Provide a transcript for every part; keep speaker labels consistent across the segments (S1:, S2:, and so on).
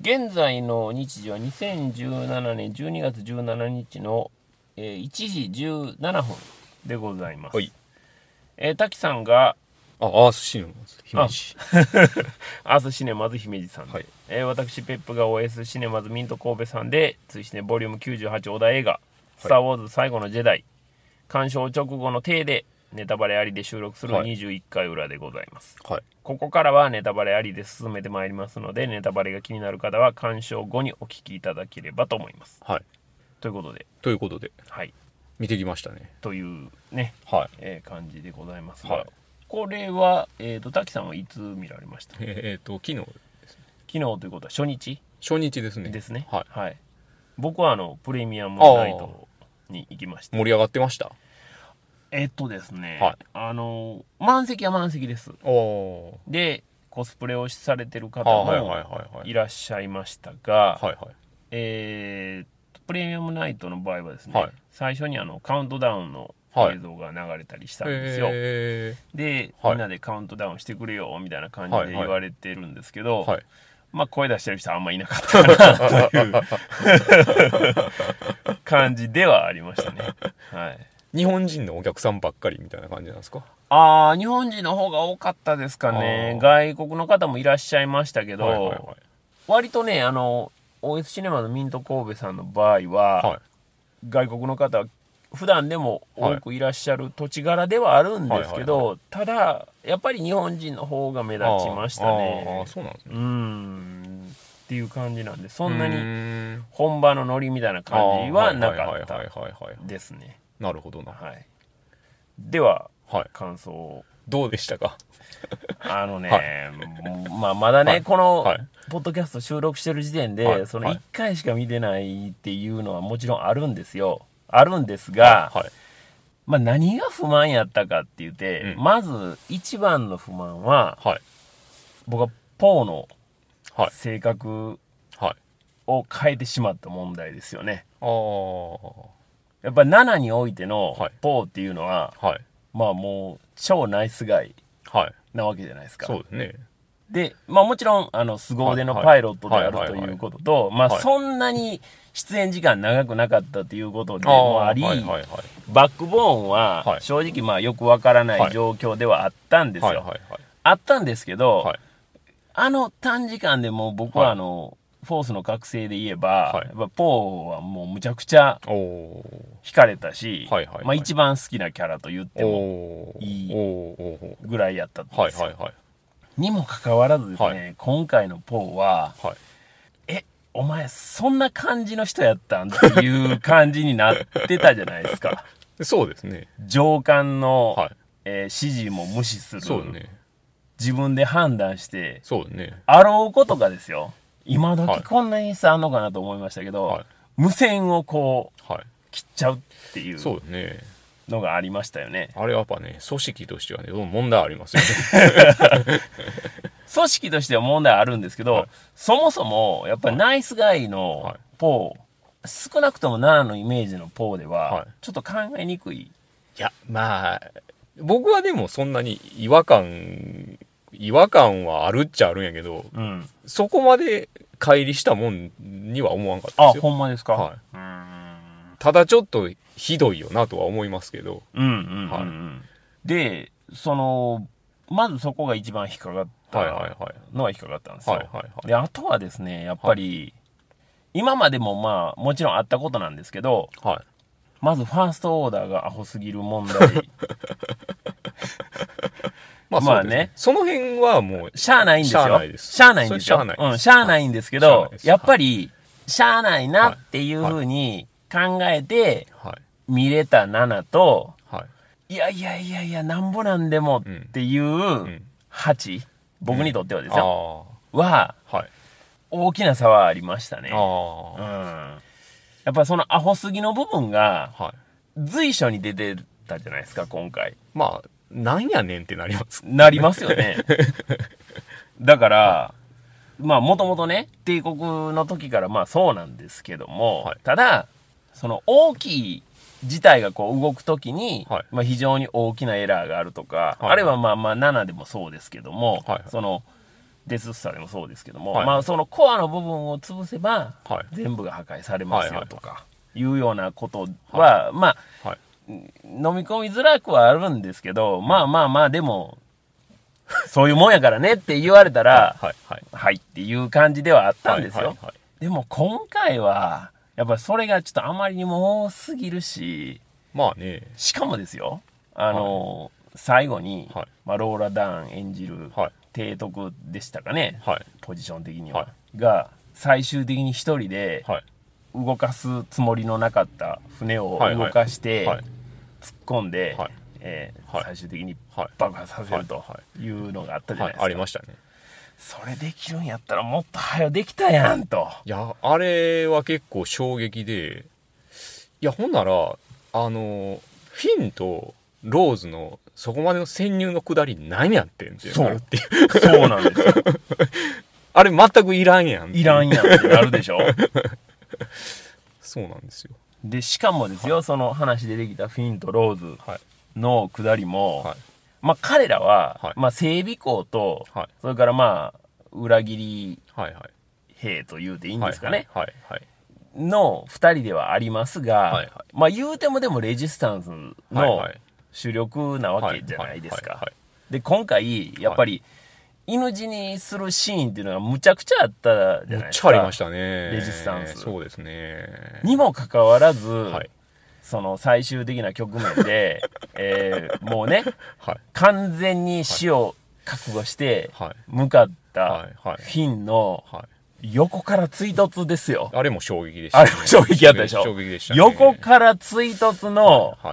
S1: 現在の日時は2017年12月17日の、えー1時17分でございます。
S2: はい
S1: えー滝さんが
S2: あアースシネマズ姫路
S1: アースシネマズ姫路さんで、
S2: はい
S1: えー私ペップが OS シネマズミント神戸さんで追試ねボリューム98小田映画「スター・ウォーズ最後のジェダイ」鑑賞直後の体でネタバレありで収録する
S2: はい
S1: 21回裏でございます、
S2: はい
S1: ここからはネタバレありで進めてまいりますのでネタバレが気になる方は鑑賞後にお聞きいただければと思います
S2: はい
S1: ということで
S2: ということで
S1: はい
S2: 見てきましたね
S1: というね、
S2: はい
S1: えー感じでございますが、
S2: はい
S1: これは、えー、と滝さんはいつ見られました昨
S2: えっ、と昨日
S1: 日ということは初日
S2: 初日ですね
S1: ですね
S2: はい
S1: 僕はあのプレミアムナイトに行きました
S2: 盛り上がってました
S1: えっとですね、
S2: はい
S1: あの満席は満席です
S2: おお
S1: でコスプレをされてる方
S2: あはいはい
S1: も
S2: はいはい
S1: いらっしゃいましたが、
S2: はいはい
S1: えープレミアムナイトの場合はですね、
S2: はい
S1: 最初にあのカウントダウンの
S2: はい
S1: 映像が流れたりしたんですよ、
S2: え
S1: で、
S2: はい
S1: みんなでカウントダウンしてくれよみたいな感
S2: はい
S1: じで
S2: はい
S1: 言われてるんですけど、
S2: ー、はい
S1: まあ声出してる人はあんまいなかったかなという感じではありま したね。はい、
S2: 日本人のお客さんばっかりみたいな感じなんですか
S1: ああ日本人の方が多かったですかね
S2: あー
S1: 外国の方もいらっしゃいましたけど、
S2: はいはいは
S1: 割とねあの OS シネマのミント神戸さんの場合は、
S2: いはい
S1: 外国の方は普段でも多くいらっしゃる土地柄ではあるんですけど、
S2: はい
S1: ただやっぱり日本人の方が目立ちました
S2: あーあー
S1: ね
S2: そうなんですね
S1: うーんっていう感じなんでそんな
S2: う
S1: に
S2: ーん
S1: 本場のノリみたいな感じはなかっ
S2: あーはい
S1: た
S2: はいはいはいはいはい
S1: ですね
S2: なるほどな
S1: はいでは
S2: はい
S1: 感想を
S2: どうでしたか
S1: あのね、
S2: は
S1: まあまだね、
S2: はい
S1: この、
S2: はい
S1: ポッドキャスト収録してる時点で、
S2: はい
S1: その
S2: はい
S1: 1回しか見てないっていうのはもちろんあるんですよ。あるんですが、
S2: はい
S1: まあ何が不満やったかって言って、
S2: うん
S1: まず一番の不満は、
S2: はい
S1: 僕はポーの
S2: はい
S1: 性格
S2: はい
S1: を変えてしまった問題ですよね。
S2: ああ
S1: やっぱ7においての
S2: はい
S1: ポーっていうのは、
S2: はい。
S1: まあもう超ナイスガイ
S2: はい。
S1: なわけじゃないですか。
S2: そうですね。
S1: で、まあもちろん、あの、凄腕の
S2: はい
S1: パイロットであ
S2: はい
S1: ると
S2: はいはい
S1: いうことと、まあ
S2: はい
S1: そんなに出演時間長くなかったということで
S2: ー
S1: もあり、
S2: はいはいはい。
S1: バックボーンは
S2: はい
S1: 正直まあよくわからな
S2: はい
S1: い状況ではあったんですよ。
S2: はいはいはい。
S1: あったんですけど、
S2: はい。
S1: あの短時間でもう僕
S2: は
S1: はいあの、フォースの覚醒で言えば、
S2: はい
S1: やっぱポーはもうむちゃくちゃ
S2: おお
S1: 惹かれたし、
S2: はいはいはい
S1: まあ一番好きなキャラと言っ
S2: ー。
S1: ても
S2: おー
S1: いい
S2: おーお
S1: ぐらいやったんです
S2: ー。
S1: よ。
S2: はいはいはい。
S1: にもかかわらずですね、
S2: は
S1: 今回のポーは、
S2: はい。
S1: え、お前そんな感じの人やったんっていう感じになってたじゃないですか。
S2: そうですね。
S1: 上官の、
S2: はい。
S1: えー指示も無視する。
S2: そうね。
S1: 自分で判断して、
S2: そうね。
S1: あろうことがですよ。今
S2: は
S1: 時
S2: い
S1: こんなに差あんのかなと思いましたけど、
S2: はい
S1: 無線をこう
S2: は
S1: 切っちゃうってい
S2: い。
S1: う
S2: そうね。
S1: のがありましたよね。
S2: あれはやっぱね、組織としてはね、どうも問題ありますよね。
S1: 組織としては問題あるんですけど、
S2: はい
S1: そもそもやっぱりナイスガイ
S2: は
S1: の
S2: い
S1: ポー、少なくとも7のイメージのポーでは、
S2: はい
S1: ちょっと考えにくい
S2: いや、まあ、僕はでもそんなに違和感、違和感はあるっちゃあるんやけど、
S1: うん。
S2: そこまで乖離したもんには思わんかった
S1: あ、
S2: ですよ。
S1: ほんまですか、
S2: はいう
S1: ーん。
S2: ただちょっとひどいよなとは思いますけど。
S1: うんうんうんうん、
S2: は
S1: で、その、まずそこが一番引っかかっ
S2: はいはい
S1: た
S2: はい。
S1: のは引っかかったんですよ。
S2: はいはいはい。
S1: で、あとはですね、やっぱり、今までもまあ、もちろんあったことなんですけど、
S2: は
S1: まずファーストオーダーがアホすぎる問 題、
S2: い。ま
S1: ま
S2: あそ
S1: あ
S2: うですね。
S1: ね
S2: その辺はもう、
S1: しゃあないんですよ。
S2: しゃあないです
S1: しゃあないんですよ。
S2: それしゃあないです
S1: うん、しゃあないんですけ
S2: はいしゃあな
S1: ど
S2: い、です
S1: やっぱり、しゃあないなっていうふうに考えて
S2: はい。
S1: 見れた7と、
S2: はい。
S1: いやいやいやいや、なんぼなんでもっていう
S2: うん。
S1: 8、僕にとってはです
S2: あ
S1: よ、
S2: あ。
S1: は、
S2: はい。
S1: 大きな差はありましたね。うん。
S2: あ
S1: やっぱそのアホすぎの部分が
S2: あ。はい。
S1: 随所に出てたじゃないですか、今回。
S2: まあ、なんやねんってなります。
S1: なりますよね。 だから、まあもともとね、帝国の時からまあそうなんですけども、
S2: はい
S1: ただ、その大きい事態がこう動く時に、
S2: はい
S1: まあ非常に大きなエラーがあるとか、
S2: はい
S1: あるいはまあまあ7でもそうですけども、
S2: はいはい
S1: その、デススターでもそうですけども、
S2: はい
S1: まあ、そのコアの部分を潰せば、
S2: はい
S1: 全部が破壊されます
S2: はいは
S1: よ
S2: い
S1: とかいうようなことは、まあ
S2: はい
S1: 飲み込みづらくはあるんですけど、まあまあまあでもそういうもんやからねって言われたら
S2: はいはい
S1: はいっていう感じではあったんですよ、
S2: はいはいはい
S1: でも今回はやっぱりそれがちょっとあまりにも多すぎるし
S2: まあね
S1: しかもですよあの、最後に、
S2: はい
S1: まあ、ローラ・ダーン演じる
S2: はい
S1: 提督でしたかね、
S2: はい
S1: ポジション的には、
S2: は
S1: が最終的に一人で
S2: はい
S1: 動かすつもりのなかった船を
S2: はいはい
S1: 動かして
S2: はい
S1: 突っ込んで、
S2: はい
S1: えー
S2: はい
S1: 最終的に
S2: はい
S1: 爆破させると
S2: は
S1: いうのがあったじゃない
S2: はい
S1: ですか、
S2: ありましたね
S1: それできるんやったらもっと早うできたやん と
S2: いやあれは結構衝撃でいやほんならあのフィンとローズのそこまでの潜入のくだり何やってんって
S1: そう
S2: なるっていう
S1: そうなんですよ
S2: あれ全くいらんやんってう
S1: いらんやんってなるでしょ
S2: そうなんですよ
S1: でしかもですよ、その話でできたフィンとローズ
S2: はい
S1: のくだりも、
S2: はい
S1: まあ彼らは、
S2: はい
S1: まあ整備工と、
S2: はい
S1: それからまあ裏切り
S2: はいはい
S1: 兵と言うていいん
S2: はい
S1: ですかね、
S2: はいはい
S1: の2人ではありますが、
S2: はいは
S1: まあ言うてもでもレジスタンス
S2: はい
S1: の
S2: はい
S1: 主力なわけじゃないです
S2: はは
S1: か
S2: は。
S1: で今回やっぱり犬死にするシーンっていうのがむちゃくちゃあったじ
S2: い
S1: ゃないい
S2: はむ
S1: で
S2: っ
S1: す
S2: ち
S1: か。
S2: ゃありましたね
S1: レジスタンス
S2: そうですね
S1: にもかかわらず、
S2: はい
S1: その最終的な局面 で、えーもうね
S2: はい
S1: 完全に死を覚悟して
S2: はい
S1: 向かっ
S2: は
S1: た
S2: いはい
S1: フィンの
S2: はい
S1: 横から追突ですよ。
S2: あれも衝撃でした
S1: あ
S2: ね
S1: れも衝撃やったでしょ
S2: 衝撃でしたね
S1: 横から追突の
S2: は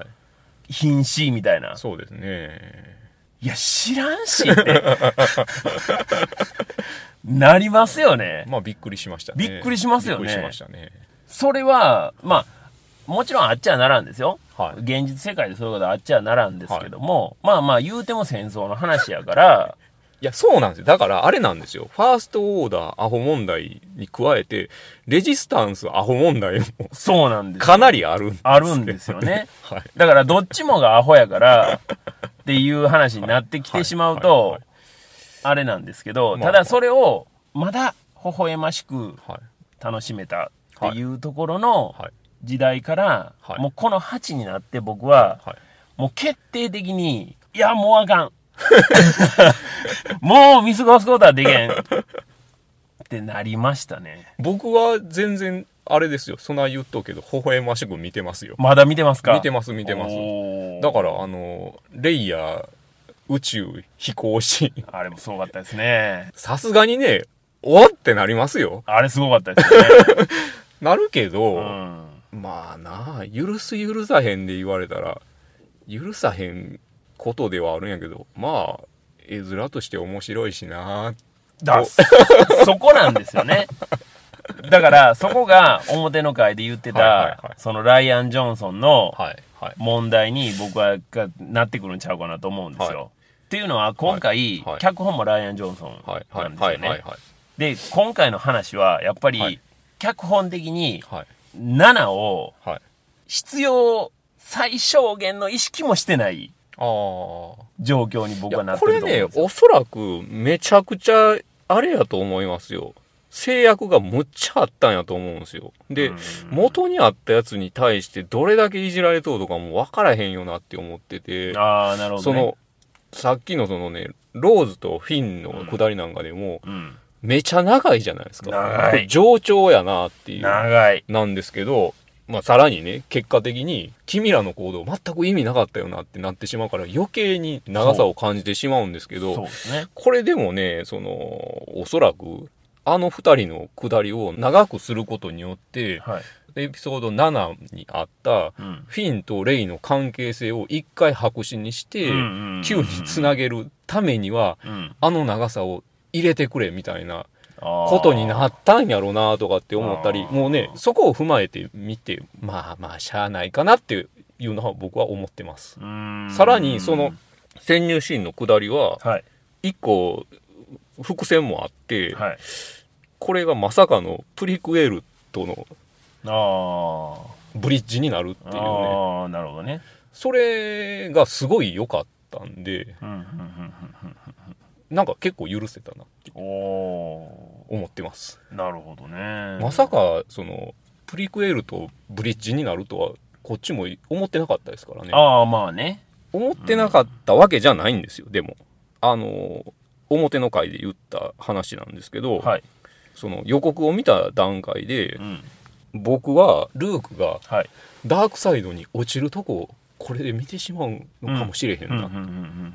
S2: い
S1: 瀕死みたいな。
S2: そうですね
S1: いや、知らんしって。 なりますよね。
S2: まあびっくりしましたね。
S1: びっくりしますよね
S2: びっくりしましたね。
S1: それは、まあ、もちろんあっちゃならんですよ。
S2: はい
S1: 現実世界でそういうことはあっちゃならんですけども、まあまあ言うても戦争の話やから、
S2: いや、そうなんですよ。だからあれなんですよ。ファーストオーダーアホ問題に加えて、レジスタンスアホ問題も
S1: そうなんですよ
S2: かなりあるんです
S1: あるんですよね。
S2: はい。
S1: だからどっちもがアホやから、っていう話になってきてしまう
S2: はいはいは
S1: と
S2: い、
S1: あれなんですけど、
S2: まあ
S1: ただそれを、まだ微笑ましく
S2: はい。
S1: 楽しめたっていうところの
S2: はい。
S1: 時代から、
S2: はい
S1: もうこの8になって僕は、
S2: はい。
S1: もう決定的に、いや、もうあ かん。もう見過ごすことはできへん。ってなりましたね。
S2: 僕は全然、あれですよ。そんな言っとうけど、微笑ましく見てますよ。
S1: まだ見てますか
S2: 見てます、見てます。
S1: おー
S2: だから、あの、レイヤー、宇宙、飛行士、
S1: あれもすごかったですね。
S2: さすがにね、おってなりますよ。
S1: あれすごかったですね。
S2: なるけど、
S1: うん。
S2: まあなあ許す許さへんで言われたら許さへんことではあるんやけどまあ絵面として面白いしな
S1: だ、
S2: お
S1: そそこなんですよね。だから、そこが表の会で言ってた、
S2: はいはいはい
S1: そのライアン・ジョンソンの、
S2: はいはい
S1: 問題に僕はがなってくるんちゃうかなと思うんですよ。
S2: はい
S1: っていうのは今回、
S2: はいはい
S1: 脚本もライアン・ジョンソン
S2: はいは
S1: ないんです
S2: はい
S1: よ
S2: はい
S1: ね。
S2: はい
S1: で今回の話はやっぱり、
S2: はい
S1: 脚本的に
S2: はい
S1: 7を
S2: はい
S1: 必要最小限の意識もしてない
S2: ああ
S1: 状況に僕はいな
S2: や
S1: って
S2: こ
S1: る
S2: れ
S1: と思う
S2: ね
S1: んですよ。
S2: おそらくめちゃくちゃあれやと思いますよ制約がむっちゃあったんやと思うんですよで、
S1: うん
S2: 元にあったやつに対してどれだけいじられとうとかも分からへんよなって思ってて
S1: ああなるほど
S2: そ
S1: ね。
S2: のさっきのそのねローズとフィンの下りなんかでも、
S1: うん、
S2: めちゃ長いじゃないですか
S1: 長い
S2: これ上長やなっていう
S1: 長い。
S2: なんですけど、まあ、さらにね結果的に君らの行動全く意味なかったよなってなってしまうから余計に長さを感じてしまうんですけ
S1: そう
S2: ど
S1: ですね。
S2: これでもねそのおそらくあの2人の下りを長くすることによって
S1: はい。
S2: エピソード7にあった
S1: うん。
S2: フィンとレイの関係性を一回白紙にして、
S1: 急
S2: 9につなげるためには
S1: うん、
S2: あの長さを入れてくれみたいなこ
S1: こと
S2: になったんやろなとかって思ったり
S1: あー
S2: もうねそこを踏まえてみてまあまあしゃあないかなっていうのは僕は思ってますさらにその潜入シーンの下りは
S1: はい
S2: 1個伏線もあって
S1: はい
S2: これがまさかのプリクエルとの
S1: ああ
S2: ブリッジになるっていうね
S1: ああなるほどね
S2: それがすごい良かったんで
S1: うんうんうんうん
S2: なんか結構許せたなって
S1: おお
S2: 思ってます、
S1: ーなるほどね
S2: まさかそのプリクエルとブリッジになるとはこっちも思ってなかったですからね
S1: ああまあね
S2: 思ってなかったわけじゃないんですよ、でもあの表の回で言った話なんですけど、
S1: はい
S2: その予告を見た段階で
S1: うん
S2: 僕はルークが
S1: はい
S2: ダークサイドに落ちるとこをこれで見てしまうのかもしれへん
S1: うんうん
S2: な、
S1: うんう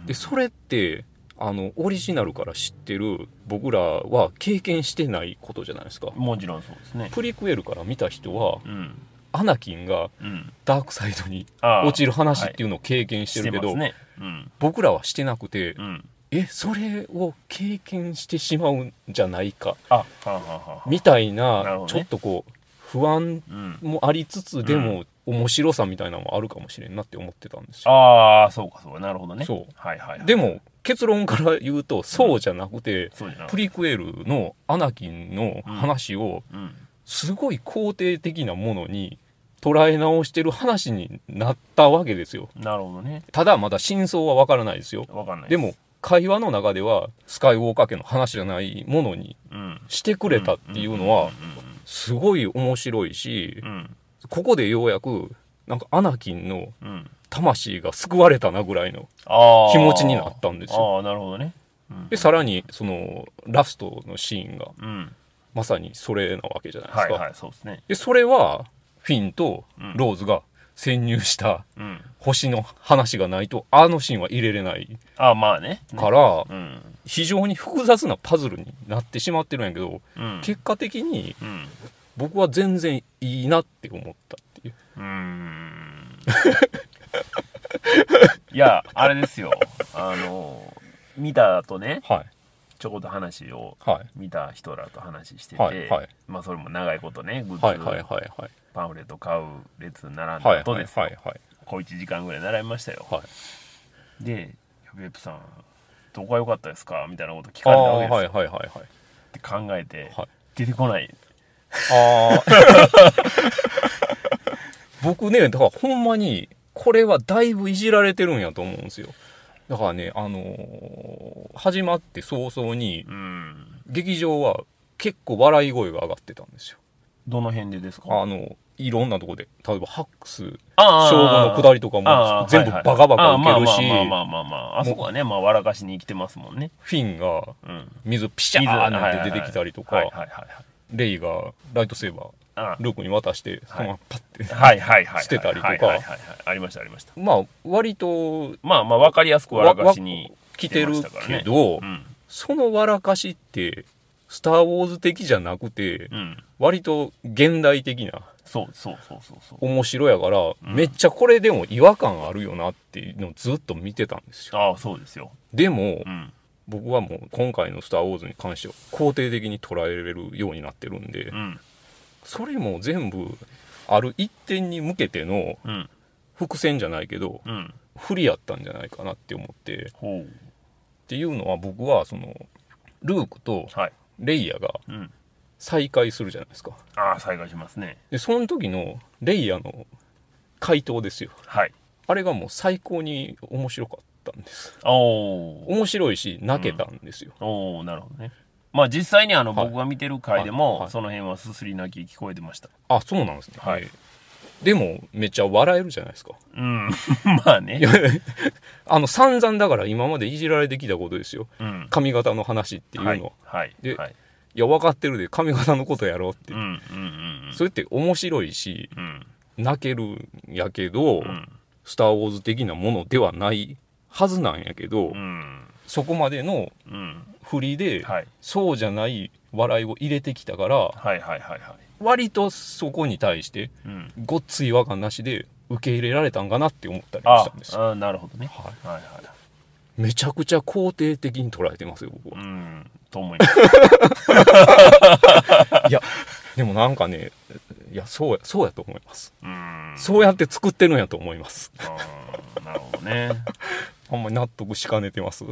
S1: ん
S2: でそれってあのオリジナルから知ってる僕らは経験してないことじゃないですか
S1: もちろんそうですね
S2: プリクエルから見た人は
S1: うん
S2: アナキンが
S1: うん
S2: ダークサイドに
S1: あ
S2: 落ち
S1: る
S2: る話っていうのを経験してるけど、
S1: ねうん
S2: 僕らはしてなくて
S1: うん
S2: えそれを経験してしまうんじゃないか
S1: あはあはあはあ
S2: みたい
S1: なる
S2: な
S1: ほど
S2: ちょ
S1: ね
S2: っとこう不安
S1: うん
S2: もありつつでも面白さみたいなのもあるかもしれんなって思ってたんですよ
S1: ああそうかそうかなるほどね
S2: そう
S1: はいはいはい
S2: でも結論から言うとそうじゃなくて
S1: そうじゃな
S2: プリクエルのアナキンの話を
S1: うん
S2: すごい肯定的なものに捉え直してる話になったわけですよ
S1: なるほどね
S2: ただまだ真相はわからないですよ
S1: わかんない
S2: ですも会話の中ではスカイウォーカー家の話じゃないものに
S1: うん
S2: してくれたっていうのはすごい面白いし
S1: うんうん
S2: ここでようやくなんかアナキンの
S1: うんうん
S2: 魂が救われたなぐらいの
S1: ああ
S2: 気持ちになったんですよ
S1: ああなるほどねうん
S2: でさらにそのラストのシーンが
S1: うん
S2: まさにそれなわけじゃないですか、
S1: はいはいそうですね
S2: でそれはフィンと
S1: うん
S2: ローズが潜入した
S1: うん
S2: 星の話がないとあのシーンは入れれない
S1: ああまあねね
S2: から
S1: うん
S2: 非常に複雑なパズルになってしまってるんやけど
S1: うん
S2: 結果的に
S1: うん
S2: 僕は全然いいなって思ったっていう
S1: うーんいやあれですよあの見た後ね
S2: はい
S1: ちょこっと話を
S2: はい
S1: 見た人らと話してて、
S2: はいはい
S1: まあそれも長いことねグッズ、
S2: はいはいはいはい
S1: パンフレット買う列並んだ
S2: はいはい
S1: 後
S2: はい
S1: ですよ、小1時間ぐらい並びましたよ、
S2: は
S1: で「ベップさんどこが良かったですか?」みたいなこと聞
S2: あ
S1: かれた
S2: あ
S1: わけ
S2: はい
S1: ですよ、
S2: はいはいはい
S1: って考えて、
S2: はい
S1: 出てこない
S2: あー 僕ねだからほんまにこれはだいぶいじられてるんやと思うんですよだからねあのー始まって早々に
S1: うん
S2: 劇場は結構笑い声が上がってたんですよ
S1: どの辺でですか
S2: あのいろんなとこで例えばハックス
S1: あ
S2: 正午の下
S1: り
S2: りとか
S1: あ
S2: も
S1: ー
S2: 全部
S1: はいは
S2: バ
S1: い
S2: カバカ受けるし
S1: あーまあまあまあまあまあ、まあ、あそこはねまあ笑かしに来てますもんね
S2: フィンが
S1: うん
S2: 水ピシャーなんて出てきたりと
S1: はい
S2: か
S1: はいはいはい
S2: レイがライトセーバー
S1: あ
S2: ルークに渡してそ
S1: はい
S2: のままパッて、
S1: はいはいはい
S2: 捨てたりとか
S1: はいはいはいはいありましたありました
S2: まあ割と
S1: まあまあ分かりやすく笑かしに
S2: 来てるけど、
S1: うん
S2: その笑かしって「スター・ウォーズ」的じゃなくて
S1: うん
S2: 割と現代的な
S1: そうそうそうそうそう
S2: 面白やから、
S1: ん
S2: めっちゃこれでも違和感あるよなっていうのをずっと見てたんですよ
S1: ああそうですよ
S2: でも、
S1: うん
S2: 僕はもう今回の「スター・ウォーズ」に関しては肯定的に捉えれるようになってるんで、
S1: うん
S2: それも全部ある一点に向けての
S1: うん
S2: 伏線じゃないけど
S1: うん
S2: 不利やったんじゃないかなって思って
S1: ほう
S2: っていうのは僕はそのルークと
S1: はい
S2: レイヤが
S1: うん
S2: 再会するじゃないですか
S1: ああ再開しますね
S2: でその時のレイヤの回答ですよ
S1: はい
S2: あれがもう最高に面白かったんです
S1: おお
S2: 面白いし泣けたんですよ、
S1: おおなるほどねまあ実際にあの
S2: はい
S1: 僕が見てる回でも、
S2: はいはい
S1: その辺はすすり泣き聞こえてました
S2: あそうなんですね
S1: はい
S2: えーでもめっちゃ笑えるじゃないですか
S1: うん まあね
S2: あの散々だから今までいじられてきたことですよ
S1: うん
S2: 髪型の話っていうのは、
S1: はい
S2: い、
S1: はい
S2: で
S1: はい
S2: や分かってるで髪型のことやろうって、
S1: うんうんうんうん
S2: それって面白いし
S1: うん
S2: 泣けるんやけど、
S1: うん
S2: スター・ウォーズ的なものではないはずなんやけど、
S1: うん
S2: そこまでの
S1: うん
S2: 振りで、
S1: はい
S2: そうじゃない笑いを入れてきたから
S1: はいはいはいはい
S2: 割とそこに対して
S1: うん
S2: ごっつい違和感なしで受け入れられたんかなって思ったりもし
S1: あ
S2: たんですよ
S1: あなるほどね
S2: は
S1: はいはい
S2: い、めちゃくちゃ肯定的に捉えてますよ僕
S1: う
S2: は
S1: んと思います
S2: いやでもなんかねいやそうやそうやと思います
S1: うん
S2: そうやって作ってるんやと思います
S1: うんなるほどね
S2: あんまり納得しかねてます
S1: い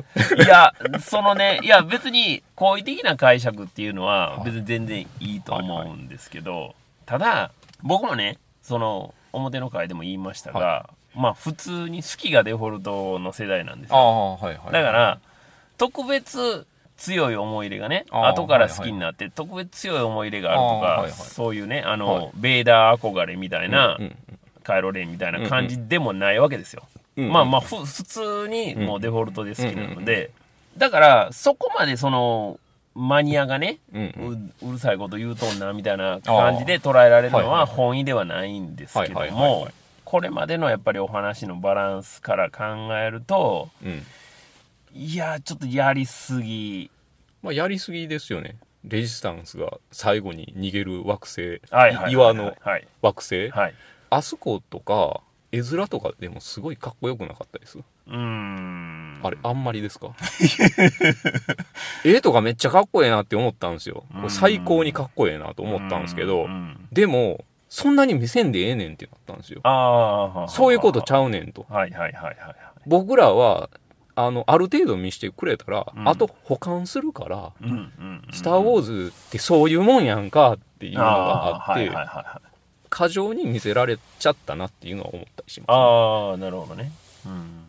S1: やそのねいや別に好意的な解釈っていうのは
S2: はい
S1: 別に全然いいと思うんですけど、ただ僕もねその表の回でも言いましたが、まあ普通に好きがデフォルトの世代なんですよ
S2: あはいは
S1: だから特別強い思い入れがね
S2: あー
S1: 後から好きになって特別強い思い入れがあるとか、
S2: あーはいはい
S1: そういうねあの、
S2: はい
S1: ベーダー憧れみたいな、
S2: うん
S1: カイロレンみたいな感じでもないわけですよ、
S2: うん
S1: まあまあふ普通にもうデフォルトで好きなので、だからそこまでそのマニアがね、
S2: うんうん
S1: ううるさいこと言うとんなみたいな感じで捉えられるの
S2: はい
S1: は
S2: はい
S1: 本意ではないんですけ
S2: は
S1: ど
S2: いはいはい
S1: も
S2: はい
S1: これまでのやっぱりお話のバランスから考えると
S2: うん
S1: いやちょっとやりすぎ
S2: まあやりすぎですよねレジスタンスが最後に逃げる惑星、
S1: はいはいはいはい
S2: い岩の
S1: はい
S2: 惑星、
S1: はい
S2: あそことか絵面とかでもすごいかっこよくなかったです
S1: うーん
S2: あれあんまりですか 絵とかめっちゃかっこええなって思ったんですよこれ最高にかっこええなと思ったんですけど、
S1: ううん
S2: でもそんなに見せんでええねんってなったんですよ
S1: ああ
S2: そういうことち
S1: ゃ
S2: ゃうねんと
S1: はいはいはいはいはい
S2: 僕らはあのある程度見せてくれたら、
S1: うん
S2: あと保管するから
S1: うんうんうん
S2: 「スター・ウォーズ」ってそういうもんやんかっていうの
S1: あ
S2: があっ
S1: ーはい
S2: て
S1: はいはいはい
S2: 過剰に見せられちゃったなっていうのは思ったりします、
S1: ああなるほどねうん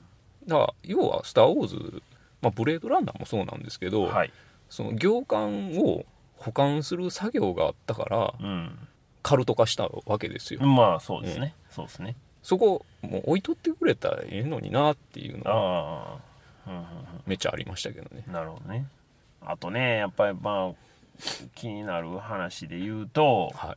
S2: だから要は「スター・ウォーズ」まあ、ブレードランナーもそうなんですけど、
S1: はい
S2: その行間を保管する作業があったから
S1: うん
S2: カルト化したわけですよ、
S1: まあそうですねそうですね
S2: そこもう置いとってくれたらええのになっていうのは
S1: ああうんうんうん
S2: めっちゃありましたけどね
S1: なるほどねあとねやっぱりまあ気になる話で言うと
S2: はい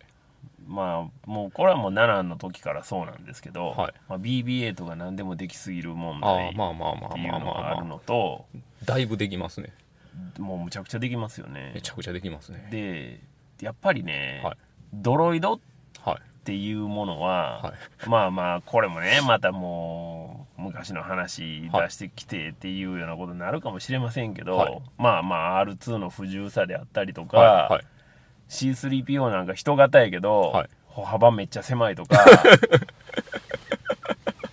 S1: まあもうこれはもう7の時からそうなんですけど、
S2: はい
S1: まあ、BBA とか何でもできすぎる問
S2: あ
S1: 題
S2: あ
S1: っ
S2: まあまあまあ
S1: ていう
S2: まあ
S1: の
S2: ま
S1: があ
S2: あ
S1: る
S2: ま
S1: のと
S2: あだいぶできますね
S1: もうむちゃくちゃできますよね
S2: めちゃくちゃできますね
S1: でやっぱりね、
S2: はい
S1: ドロイドっ
S2: はい
S1: ていうものは、
S2: はい
S1: まあまあこれもねまたもう昔の話出してきてっていうようなことになるかもしれませんけど、
S2: はい
S1: まあまあ R2 の不自由さであったりとか、
S2: はいはい
S1: C3PO なんか人型やけど、
S2: はい
S1: 歩幅めっちゃ狭いと か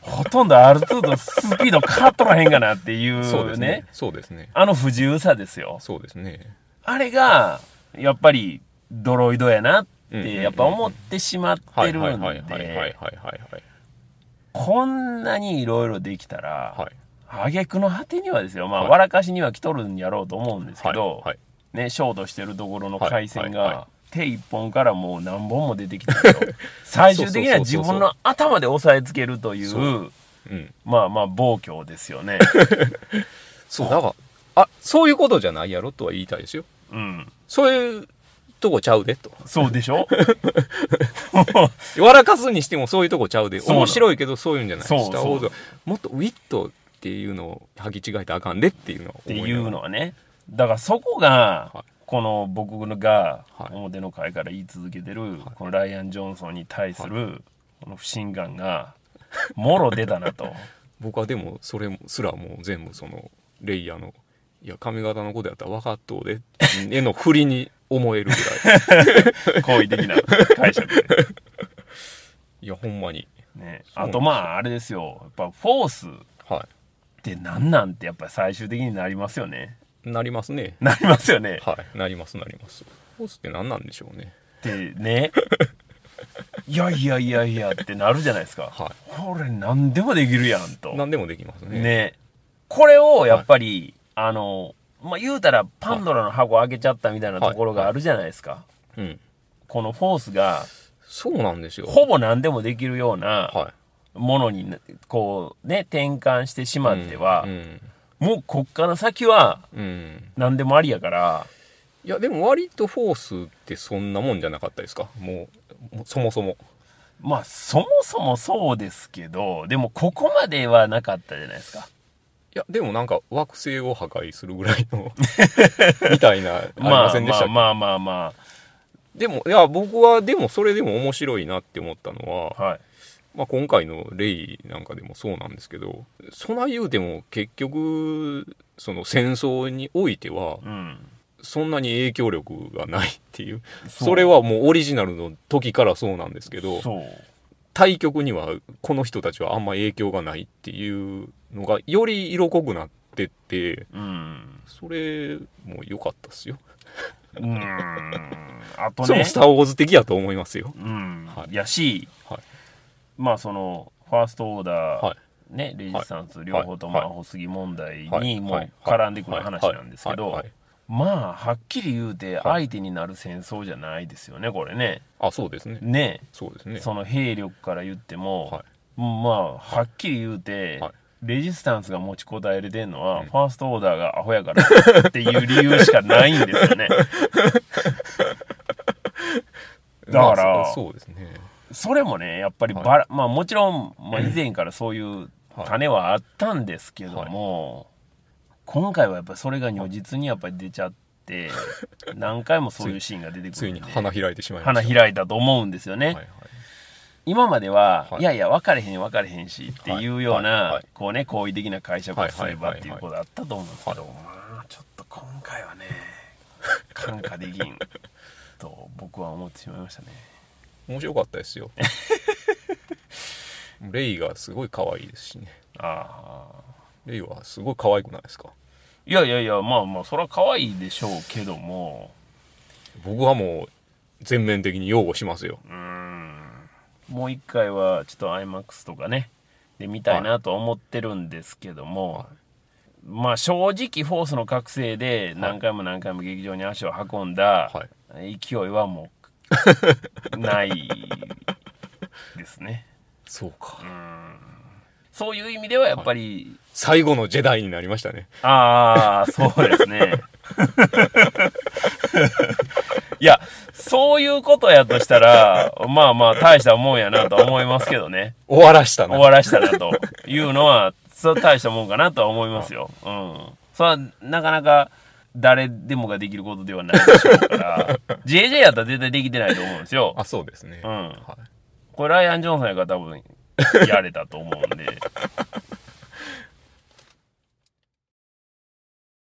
S1: ほとんど R2 とスピード変わっとらへんかなっていう
S2: そうです
S1: ね
S2: ねそうですね
S1: あの不自由さですよ
S2: そうですね
S1: あれがやっぱりドロイドやなっ
S2: うんうんうん
S1: てやっぱ思ってしまってるん
S2: はいはいはいはい
S1: で
S2: はいはい
S1: こんなにいろいろできたら
S2: はい
S1: 挙句の果てにはですよまあ
S2: はい
S1: 笑かしには来とるんやろうと思うんですけ
S2: はい
S1: ど
S2: はい
S1: ねショートしてるところの
S2: はい
S1: 回線
S2: はいは
S1: が手一本からもう何本も出てきたん ですよ最終的には自分の頭で押さえつけるとい
S2: そううん
S1: まあまあ暴挙ですよ ね
S2: そうだからあそういうことじゃないやろとは言いたいですよ
S1: うん
S2: そういうとこちゃうでと
S1: そうでしょ
S2: 笑かすにしてもそういうとこちゃうで
S1: そうなの
S2: 面白いけどそういうんじゃない
S1: そう
S2: スター・ウォーズ
S1: そ
S2: はもっとウィットっていうのを履き違えてあかんでっていうのは
S1: って
S2: 思
S1: い
S2: なが
S1: う
S2: ら
S1: のはねだからそこが、
S2: はい
S1: この僕が
S2: はい
S1: 表の会から言い続けてる、このライアン・ジョンソンに対するこの不信感がもろ出たな と
S2: 僕はでもそれすらもう全部そのレイヤーのいや髪型のことやったら分かっとうで絵の振りに思えるぐらい
S1: 好意的な解釈で、
S2: いやほんまに
S1: ね、
S2: そうな
S1: あ
S2: んですよ
S1: とまああれですよやっぱフォースっ
S2: は
S1: て何なんってやっぱ最終的になりますよね
S2: いなりますね
S1: なりますよね
S2: はいなりますなりますホースって何なんでしょうね
S1: ってねいやいやいやいやってなるじゃないですか、
S2: は
S1: これ何でもできるやんと
S2: 何でもできますね
S1: ねこれをやっぱり、あのまあ言うたらパンドラの箱開けちゃったみたいなところがあるじゃないですか、
S2: うん
S1: このフォースが
S2: そうなんですよ
S1: ほぼ何でもできるような
S2: は
S1: ものにこうね転換してしまっ
S2: い
S1: ては
S2: う、ん、
S1: もうこっから先は
S2: うん、
S1: 何でもありやから
S2: いやでも割とフォースってそんなもんじゃなかったですかもうもうそもそも
S1: まあそもそもそうですけどでもここまではなかったじゃないですか
S2: いやでもなんか惑星を破壊するぐらい のみたいなあり
S1: ま
S2: ま
S1: あ
S2: せんで
S1: ま
S2: した
S1: あ
S2: っけ
S1: まあまあま
S2: でもいや僕はでもそれでも面白いなって思ったのは、
S1: あはい
S2: まあ、今回のレイなんかでもそうなんですけどそない言うても結局その戦争においては
S1: うん
S2: そんなに影響力がないっていう
S1: そう
S2: それはもうオリジナルの時からそうなんですけど
S1: そう
S2: 対局にはこの人たちはあんま影響がないっていうのがより色濃くなってって
S1: うん
S2: それも良かったっすよ。
S1: うーんあと
S2: それ
S1: ね
S2: も「スター・ウォーズ」的やと思いますよ。
S1: うん
S2: はい
S1: やし、
S2: はい
S1: まあそのファーストオーダ
S2: は
S1: ー
S2: い
S1: ね、レジスタンス両方と
S2: はい
S1: まあ保杉問題
S2: はい
S1: にも
S2: はいう
S1: 絡んでくる話なんですけ
S2: はい
S1: ど
S2: はいはい
S1: まあはっきり言うて
S2: は
S1: 相手になる戦争じゃないですよねこれね。
S2: あそうですね
S1: ね
S2: そうですね
S1: その兵力から言って
S2: は
S1: も
S2: い
S1: まあはっきり言うて
S2: はい
S1: レジスタンスが持ちこたえれてんのはファーストオーダーがアホやからっていう理由しかないんですよ ね。だから
S2: まあそそうですね
S1: それもねやっぱりバラ、まあもちろん、まあ、以前からそういう
S2: はい
S1: 種はあったんですけども、今回はやっぱりそれが如実にやっぱり出ちゃ って、何回もそういうシーンが出てく
S2: つ
S1: る
S2: い
S1: ん
S2: に
S1: で
S2: 花開いてしまいました
S1: 花開いたと思うんですよね、
S2: はいはい
S1: 今までは、
S2: はい
S1: い、やいや分かれへん分かれへんしっていうような、
S2: はいはいはい
S1: こうね好意的な解釈をすれば
S2: はいはいはいはい
S1: っていうことだったと思うんですけど、まあちょっと今回はね 感化できんと僕は思ってしまいましたね
S2: 面白かったですよ レイがすごい可愛いですしね
S1: ああ
S2: レイはすごい可愛くないですか
S1: いやいやいや、まあまあ、それは可愛いでしょうけども、
S2: 僕はもう全面的に擁護しますよ
S1: うーん、もう一回はちょっと IMAX とかね、で見たいなとは思ってるんですけども、まあ正直、フォースの覚醒で何回も何回も劇場に足を運んだ
S2: はい
S1: 勢いはもう、ないですね。
S2: そうか、
S1: そういう意味ではやっぱり、
S2: 最後のジェダイになりましたね
S1: ああ、そうです ね。いや、そういうことやとしたら、まあまあ、大したもんやなとは思いますけどね。
S2: 終わらしたな
S1: 終わらしたなというのは、それは大したもんかなとは思いますよ。うん。それは、なかなか、誰でもができることではないでしょう から、JJ やったら絶対できてないと思うんですよ。
S2: あそうですね、
S1: うん
S2: はい
S1: これ、ライアン・ジョンソンやから多分、やれたと思うんで。